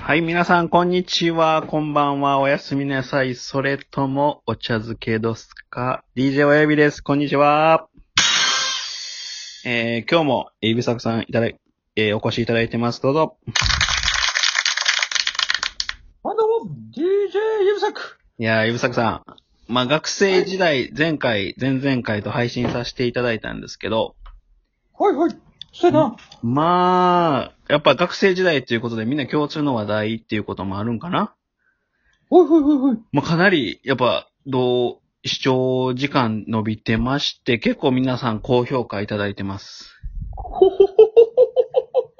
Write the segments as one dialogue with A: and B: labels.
A: はい、皆さん、こんにちは、こんばんは、おやすみなさい、それとも、お茶漬けどすか ?DJ 親指です、こんにちは。えー、今日も、えー指作さんいただい、えーお越しいただいてます、どうぞ。
B: まだも、DJ ゆうさく
A: いやー、指作さん。まあ、学生時代、前回、前々回と配信させていただいたんですけど、
B: はいはい、そうやな。
A: まあ、やっぱ学生時代ということでみんな共通の話題っていうこともあるんかな
B: おいおいおいおい。
A: まあ、かなり、やっぱ、どう、視聴時間伸びてまして、結構皆さん高評価いただいてます。
B: ほほほほほ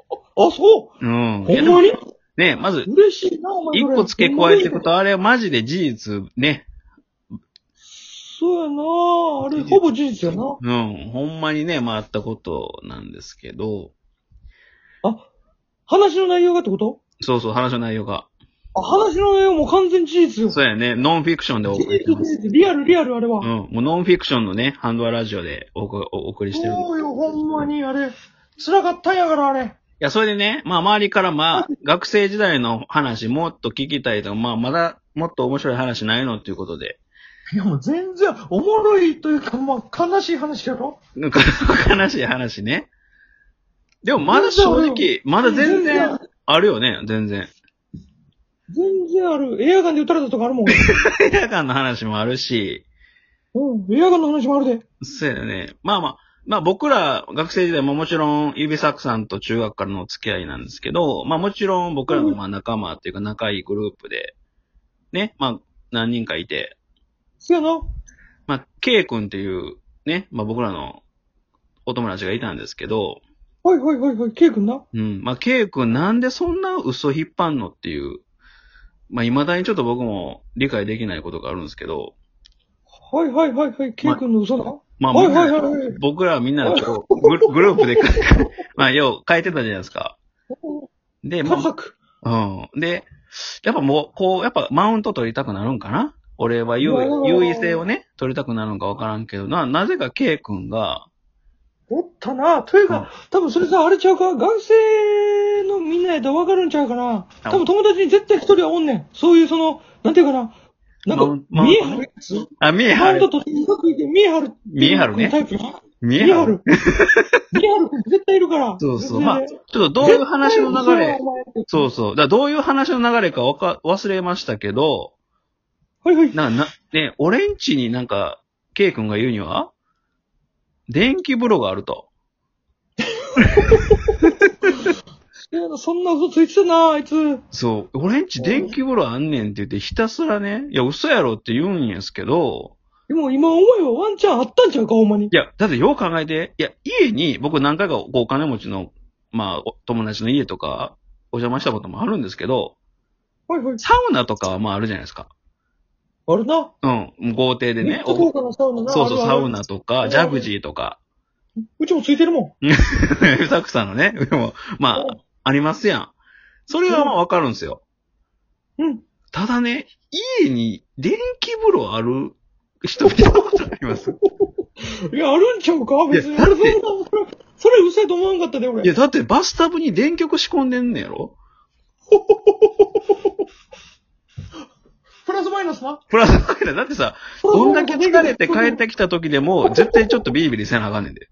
B: ほあ、そう
A: うん。
B: ほ
A: いや
B: ん
A: でも
B: まに
A: ね、まず、
B: 嬉しいな、お前。
A: 一
B: これ
A: 個付け加えていく。と、あれマジで事実ね。
B: そうやな。あれ、ほぼ事実やな。
A: うん。ほんまにね、まあ、あったことなんですけど、
B: 話の内容がってこと
A: そうそう、話の内容が。
B: あ、話の内容も完全事実よ。事
A: そうやね、ノンフィクションでお送りして
B: 実、
A: ます。
B: 事実。リアル、リアル、あれは。
A: うん。もうノンフィクションのね、ハンドアラジオでおこお送りしてるんです
B: そうよ、ほんまに、あれ。辛かったんやから、あれ。
A: いや、それでね、まあ周りからまあ、学生時代の話もっと聞きたいとか、まあまだもっと面白い話ないのっていうことで、
B: いや、もう全然、おもろいというか、まあ、悲しい話やろ
A: なんか悲しい話ね。でもまだ正直、まだ全然あるよね、全然。
B: 全然ある。エアガンで撃たれたとかある もん。
A: 映画館の話もあるし、
B: うん、エアガンの話もあるで。
A: そうやね。まあまあ、まあ僕ら学生時代ももちろん指作さんと中学からのお付き合いなんですけど、まあもちろん僕らのまあ仲間っていうか仲いいグループで、ね、まあ何人かいて、
B: そうやな。
A: まあ、K 君っていう、ね、まあ僕らのお友達がいたんですけど、
B: はいはいはいはい、ケイ君な。
A: うん、まあ K 君なんでそんな嘘引っ張んのっていう、まあ未だにちょっと僕も理解できないことがあるんですけど、
B: はいはいはいはい、ケイ君の嘘な。は
A: まあ、
B: いはいはいはい。
A: 僕らはみんなでこうグルグループで、 まあよう変えてたじゃないですか。で、ま
B: 家族。
A: あ、うん。で、やっぱもう、こう、やっぱマウント取りたくなるんかな俺は優位優位性をね、取りたくなるのかわからんけど、な、なぜか K 君が、
B: おったな。というか、多分それさ、あれちゃうか学生のみんなやったらわかるんちゃうかな。多分友達に絶対一人はおんねん。そういうその、なんていうかな。
A: マ
B: な
A: ウ
B: ん
A: ン
B: か、
A: マウン
B: 見え張るやつ
A: あ、見え
B: マ
A: は
B: ウン
A: る
B: ト。とにかくいて、見え張る。
A: 見え張るね
B: タイプな。
A: 見
B: 見
A: え
B: え
A: は
B: 張
A: る
B: る。。見え張る君絶対いるから。
A: そうそう。
B: 絶
A: まあ、
B: 対
A: ちょっとどういう話の流れ
B: 絶対、嘘やお前
A: そうそう。だからどういう話の流れかわか、忘れましたけど、
B: はいはい。
A: な、な、ね、俺んちになんか、ケイ君が言うには、電気風呂があると。
B: いやそんな嘘ついてたな、あいつ。
A: そう。俺んち電気風呂あんねんって言って、ひたすらね、いや、嘘やろって言うんやすけど、
B: でも今思えばワンチャンあったんちゃうか、ほんまに。
A: いや、だってよう考えて、いや、家に、僕何回かこうお金持ちの、まあ、お友達の家とか、お邪魔したこともあるんですけど、
B: はいはい。
A: サウナとかはまああるじゃないですか。
B: あれな。
A: うん。豪邸で
B: め
A: ね
B: っちゃ、豪華なサウナな。
A: そうそう、
B: あるあ
A: サ
B: る
A: ウ。ナとか、ジャグジーとか、
B: うちもついてるも ん。
A: ふさくさんのね、でも、まあ、ありますやん。それはまあわかるんですよ。
B: うん。
A: ただね、家に電気風呂ある人見たことあります。
B: いや、あるんちゃうか別に。
A: いやだって
B: 俺そんなそれ、それ嘘やと思わんかったで、俺。
A: いや、だってバスタブに電極仕込んでんねやろ
B: プラスマイナスな。
A: プラスアルファだってさ、どんだけ疲れて帰っ
B: って
A: きた時でも、絶対ちょっとビリビリせなあかんねんで。
B: て。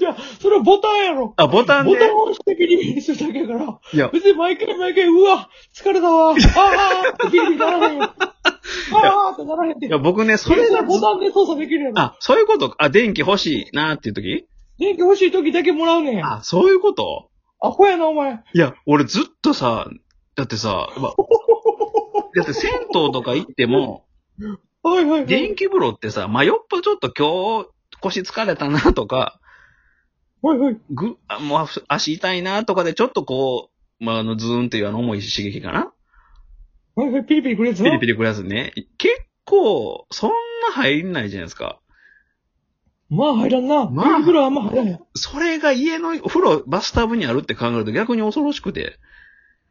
B: いや、それはボタンやろ。
A: あ、ボタン
B: ボ
A: で
B: タ。ンを押してビリビリするだけやから。
A: いや、
B: 別に毎回毎回、うわ、疲れたわ。あーあー、ビリビリならへんよ。ああ、ってならへんって。
A: いや僕ね、そ
B: それ
A: れ
B: じゃ
A: が、
B: ボタンで操作できるやろ。
A: あ、そういうことかあ、電気欲しいなーっていう時
B: 電気欲しい時だけもらうねん。ア
A: あ、そういうこと
B: ホやな、お前。
A: いや、俺ずっとさ、だってさ、ま あだって銭湯とか行っても、
B: はいはいはい。
A: 電気風呂ってさ、まあ、よっぽどちょっと今日腰疲れたなとか、
B: はいはい。
A: ぐ、あもう足痛いなとかでちょっとこう、まあ、あの、ズーンっていうあの重い刺激かな
B: はいはい、ピリピリくるやつ
A: ピ
B: な。
A: リピリくるやつね。結構、そんな入んないじゃないですか。
B: まあ入らんな。
A: ま
B: ま
A: あ
B: あ。ビリビリはあんま入らん。
A: それが家のお風呂、バスタブにあるって考えると逆に恐ろしくて、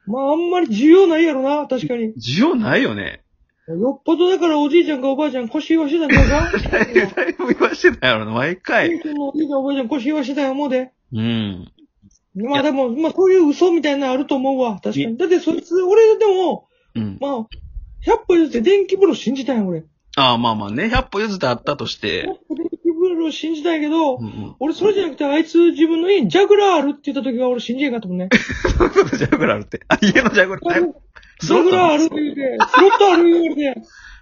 B: まああんまり需要ないやろな、確かに。
A: 需要ないよね。
B: よっぽどだからおじいちゃんかおばあちゃん腰言わしてたんちゃうか
A: だいぶ言わしてたやろな、毎
B: は
A: 回。
B: い。おじいちゃんおばあちゃん腰言わしてたんや思うで。
A: うん。
B: まあでも、まあそういう嘘みたいなのあると思うわ。確かに。だってそいつ、俺でも、
A: うん。
B: まあ、100歩譲って電気風呂信じたんや、俺。
A: ああ、まあまあね、100歩譲ってあったとし
B: 100
A: て。
B: 歩電気風呂信じたんやけど、
A: うん うん。
B: 俺それじゃなくて、あいつ自分の家にジャグラーあるって言った時は俺信じへんかったもんね。
A: ジャグラーあるって。あ、家のジャグラーある。
B: ジャグラーあるって言うて、スロットある言われて、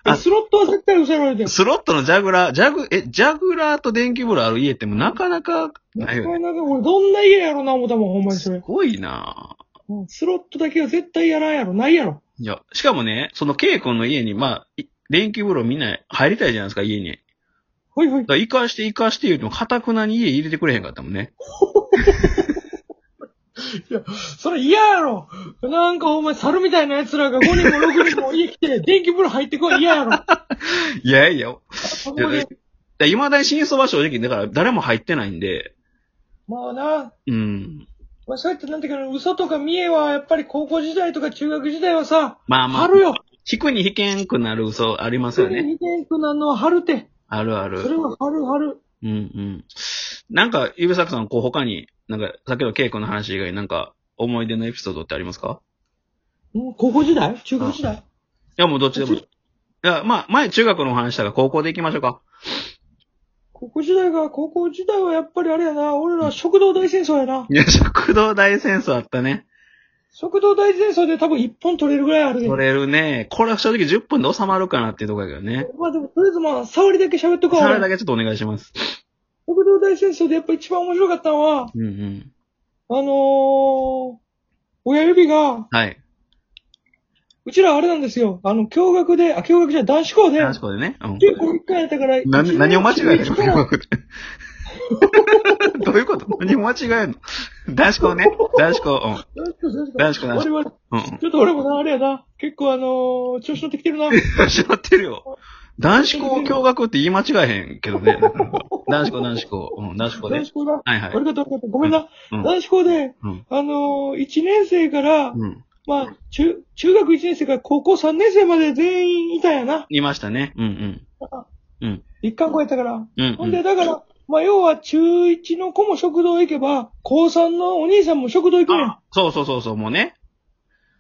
A: あ
B: スロットは絶対嘘やろれて。
A: スロットのジャグラー、ジャグ、え、ジャグラーと電気風呂ある家ってもうなかなかな
B: なか
A: いよね。
B: なか俺どんな家やろな思ったもん、ほんまにそ
A: す
B: れ。
A: ごいなぁ。
B: うんスロットだけは絶対やらんやろ、ないやろ。
A: いや、しかもね、その K 君の家に、まあ、い電気風呂みんな入りたいじゃないですか、家に。だ
B: ほいほい。
A: から、行かして行かして言うても、かたくなに家入れてくれへんかったもんね。
B: それ嫌やろ。なんかお前猿みたいな奴らが5人も6人も家来て、 電気風呂入ってこい、嫌やろ。
A: いやいや、
B: そ
A: いや
B: こ
A: だ
B: で
A: か、ら未だに真相は正直、だから誰も入ってないんで、
B: まあな、
A: うん。
B: まあ、そうやってなんていうかな、嘘とか見えは、やっぱり高校時代とか中学時代はさ、
A: まあま
B: 貼
A: あ、
B: るよ。
A: 引くに引けんくなる嘘ありますよ
B: 普通
A: ね。
B: にテンクなのは貼るて。
A: あるある。
B: それは貼る貼る。
A: うんうん。なんか、ゆべさくさん、こう他に、なんか、さっきの稽古の話以外になんか、思い出のエピソードってありますか
B: うん高校時代中学時代
A: いや、もうどっちでも。
B: う
A: いや、まあ、前中学のお話したから高校で行きましょうか。
B: 高校時代が、高校時代はやっぱりあれやな、俺ら食堂大戦争やな。
A: いや、食堂大戦争あったね。
B: 食堂大戦争で多分1本取れるぐらいあるで。
A: 取れるね。これは正直10分で収まるかなっていうところやけどね。
B: まあでも、とりあえずまあ、触りだけ喋っとこう。
A: それだ
B: 俺
A: けちょっとお願いします。
B: 食堂大戦争でやっぱ一番面白かったのは、
A: うんうん。
B: あのー、親指が、
A: はい。
B: うちらあれなんですよ。あの、共学で、あ、共学じゃない男子校で、
A: 確かにね。うん。
B: 中高一回やったから、
A: な、
B: 一年
A: 何を間違え
B: 中
A: る
B: 一から
A: のどういうこと何を間違 えるの男子校ね。男子校。
B: 男子校
A: 男子校男子
B: 我々
A: うん。うん。
B: ちょっと俺もな、あれやな。結構あのー、調子乗ってきてるな。い
A: しまってるよ。男子校共学って言い間違えへんけどね。男子校、男子校。うん、男子校で
B: 男。子校だ。
A: はいは
B: 悪かった悪かった。ごめんな。
A: うん
B: 男子校で、
A: うん
B: あのー、1年生から、
A: い。うん。
B: まあ、中、中学1年生から高校3年生まで全員いたんやな。
A: いましたね。うんうん。
B: 一貫校やったから。
A: うん。うん、
B: ほ
A: うん
B: で、
A: ん。
B: だから、まあ、要は中1の子も食堂行けば、高3のお兄さんも食堂行くねん。
A: あそうそうそうそう、もうね。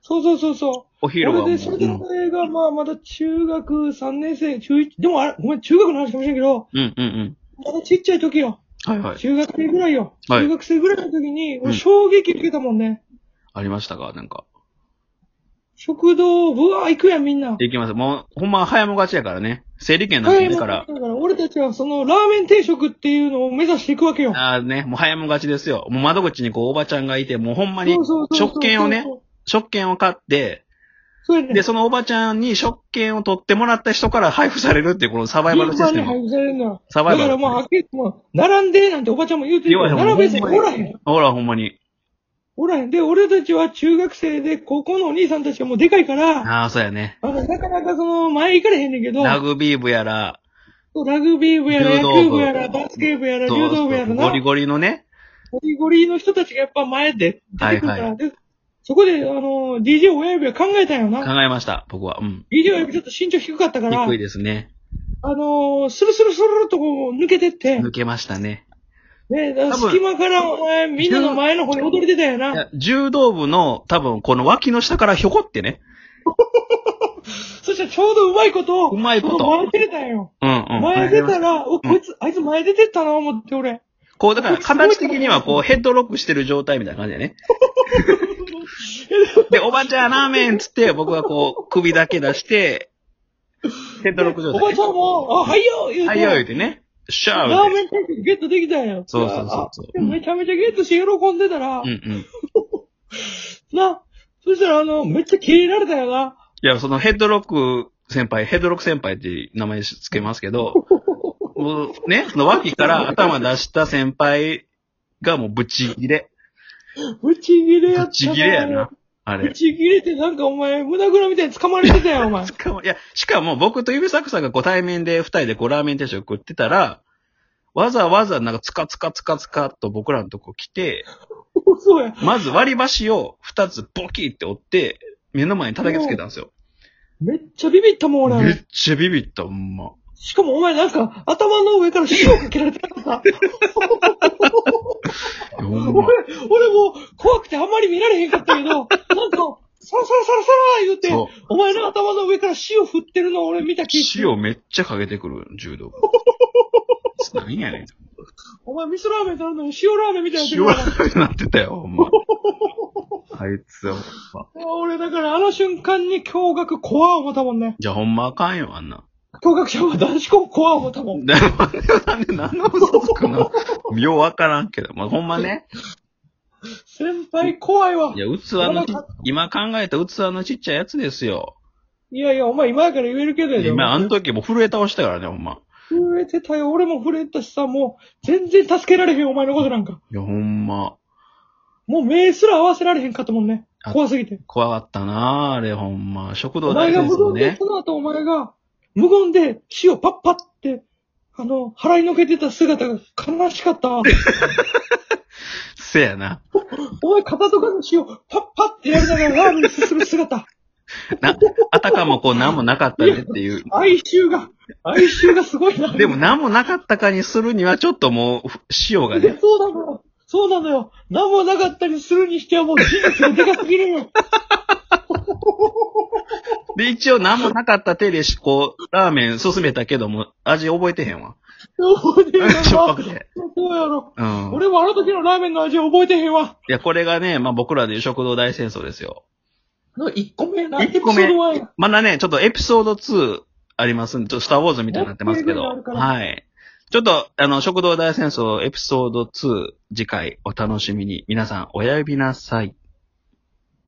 B: そうそうそうそ
A: お
B: う。
A: 昼はも
B: 俺
A: う。う
B: で、それで
A: ん
B: 俺が、まあ、まだ中学3年生、中1、でもあれ、ごめん、中学の話かもしれんけど、
A: うんうん
B: まだちっちゃい時よ。
A: うん。はいはい。
B: 中学生ぐらいよ。
A: はい
B: 中学生ぐらいの時に、
A: うん
B: 俺衝撃受けたもんね。
A: ありましたかなんか。
B: 食堂、うわー行くやんみんな。
A: いきます。もう、ほんま早もがちやからね。整理券なん
B: は
A: て
B: い、
A: だ
B: だ
A: か
B: からら。。俺たちはそのラーメン定食っていうのを目指していくわけよ。
A: ああね、もう早もがちですよ。もう窓口にこうおばちゃんがいて、もうほんまに
B: そうそうそうそう
A: 食券をね。食券を買って、
B: そうや ね。
A: で、そのおばちゃんに食券を取ってもらった人から配布されるっていう、このサバイバルシステ
B: 頻繁に
A: ム。
B: 配布されるのよ
A: サバイバル
B: だからもう、はっきり言ってもう、並んでなんておばちゃんも言うてるけ
A: 言
B: ど、
A: わへんもん
B: 並べて、
A: ほんまに
B: おらへん。
A: ほら、ほんまに。
B: おらへん。で、俺たちは中学生で、高校のお兄さんたちはもうでかいから、
A: ああ、そうやね。
B: あの、なかなかその、前行かれへんねんけど、
A: ラグビー部やら、
B: ラグビー部やら、
A: 柔道部
B: 野球部やら、バスケ部やら、柔道部やらな。
A: ゴリゴリのね。
B: ゴリゴリの人たちがやっぱ前で出てくるから、
A: はいは
B: でそこで、あの、DJ 親指は考えたんよ
A: 考
B: な。
A: えました、僕は。うん。
B: DJ 親指ちょっと身長低かったから、
A: 低いですね。
B: あの、スルスルスルっとこう抜けてって、
A: 抜けましたね。
B: ね、だから
A: 多分
B: 隙間からお前、みんなの前の方に踊り出たよ
A: い
B: な。
A: や柔道部の、多分、この脇の下からひょこってね。
B: そしたらちょうどうまいことを、
A: うまいこと
B: ちょうど前出たんよ。
A: うんうん。
B: 前出たら、お、こいつ、あいつ前出てったな、思って俺。
A: こう、だから、形的にはこう、ヘッドロックしてる状態みたいな感じだよね。で、おばちゃんラーメンっつって、僕はこう、首だけ出して、ヘッドロック状
B: おば
A: 態。
B: ちゃんも、あ、はいよ言うて、
A: はいよ、言うてね。シャー言
B: ラー
A: うて
B: メン定食ゲットできたんよ。
A: そうそうそうそう
B: あでもめちゃめちゃゲットして喜んでたら、
A: うんうん。
B: な、そしたらあの、めっちゃキレられたよな。
A: いや、そのヘッドロック先輩、ヘッドロック先輩って名前つけますけど、もうね、その脇から頭出した先輩がもうブチギレ。
B: ぶち切れや
A: ブ
B: った
A: チギレやな。。あ
B: ぶ
A: れ。
B: ち切れてなんかお前、胸ぐらみたいに掴まれてたよ、お前
A: し。かも、いや、しかも僕と指作さんがこう対面で二人でこうラーメン定食食ってたら、わざわざなんかつかつかつかつかっと僕らのとこ来て、
B: そうや。
A: まず割り箸を二つボキって折って、目の前に叩きつけたんですよ。
B: めっちゃビビったもん、俺あ
A: め
B: れ。
A: っちゃビビった、ほんま。
B: しかもお前なんか、頭の上から塩かけられてたからさ。
A: いやほんま
B: 俺、俺も怖くてあんまり見られへんかった けど、なんか、サラサラサラサラ言うて、
A: そう
B: お前の頭の上から死を振ってるのを俺見た気する
A: 塩めっちゃかけてくる、柔道。何やねん。
B: お前味噌ラーメン頼んだのに塩ラーメンみたいに
A: 塩
B: な
A: ラ
B: やつ。
A: ーメンになってたよ、ほんま。あいつはほんま。
B: あ俺だからあの瞬間に驚愕怖思ったもんね。
A: じゃあほんまあかんよ、あんな。
B: 驚愕者は男子校怖思ったもん。
A: でもあれはなんで何の嘘つくのようわからんけど。まあ、ほんまね。
B: 先輩怖いわ
A: い。や、器のち、今考えた器のちっちゃいやつですよ。
B: いやいや、お前今やから言えるけどやで
A: 今、あの時もう震え倒したからね、ほんま。
B: 震えてたよ。俺も震えたしさ、もう全然助けられへん、お前のことなんか。
A: いや、ほんま。
B: もう目すら合わせられへんかったもんね
A: あ。
B: 怖すぎて。
A: 怖かったなああれ、ほんま。食堂
B: お
A: 大
B: 前
A: 事で
B: が無
A: すよ
B: 言で、
A: ね
B: そ。の後お前が、無言で死をパッパって、あの、払いのけてた姿が悲し かった。
A: せやな。
B: お前片とかの死をパッパってやりながらラーメンすする姿。
A: な、 あたかもこう何もなかったねっていう。
B: 哀愁が、哀愁がすごいな。
A: でも何もなかったかにするにはちょっともう、ふ塩がね。
B: そうなのよ。そうなのよ。何もなかったりするにしてはもう事実がでかすぎ るよ。
A: で、一応何もなかった手でし、こう、ラーメン進めたけども、味覚えてへんわ。
B: そうね
A: しょっぱくて。
B: そうやろ。
A: うん。
B: 俺もあの時のラーメンの味覚えてへんわ。
A: いや、これがね、まあ僕らでいう食堂大戦争ですよ。
B: の1個目な、
A: 一個目
B: エピソード1や
A: まだね、ちょっとエピソード2ありますんで、ちょっとスターウォーズみたいになってますけど。
B: もう一個ぐらいあ
A: はい。ちょっと、あの、食堂大戦争エピソード2次回お楽しみに。皆さん、おやびなさい。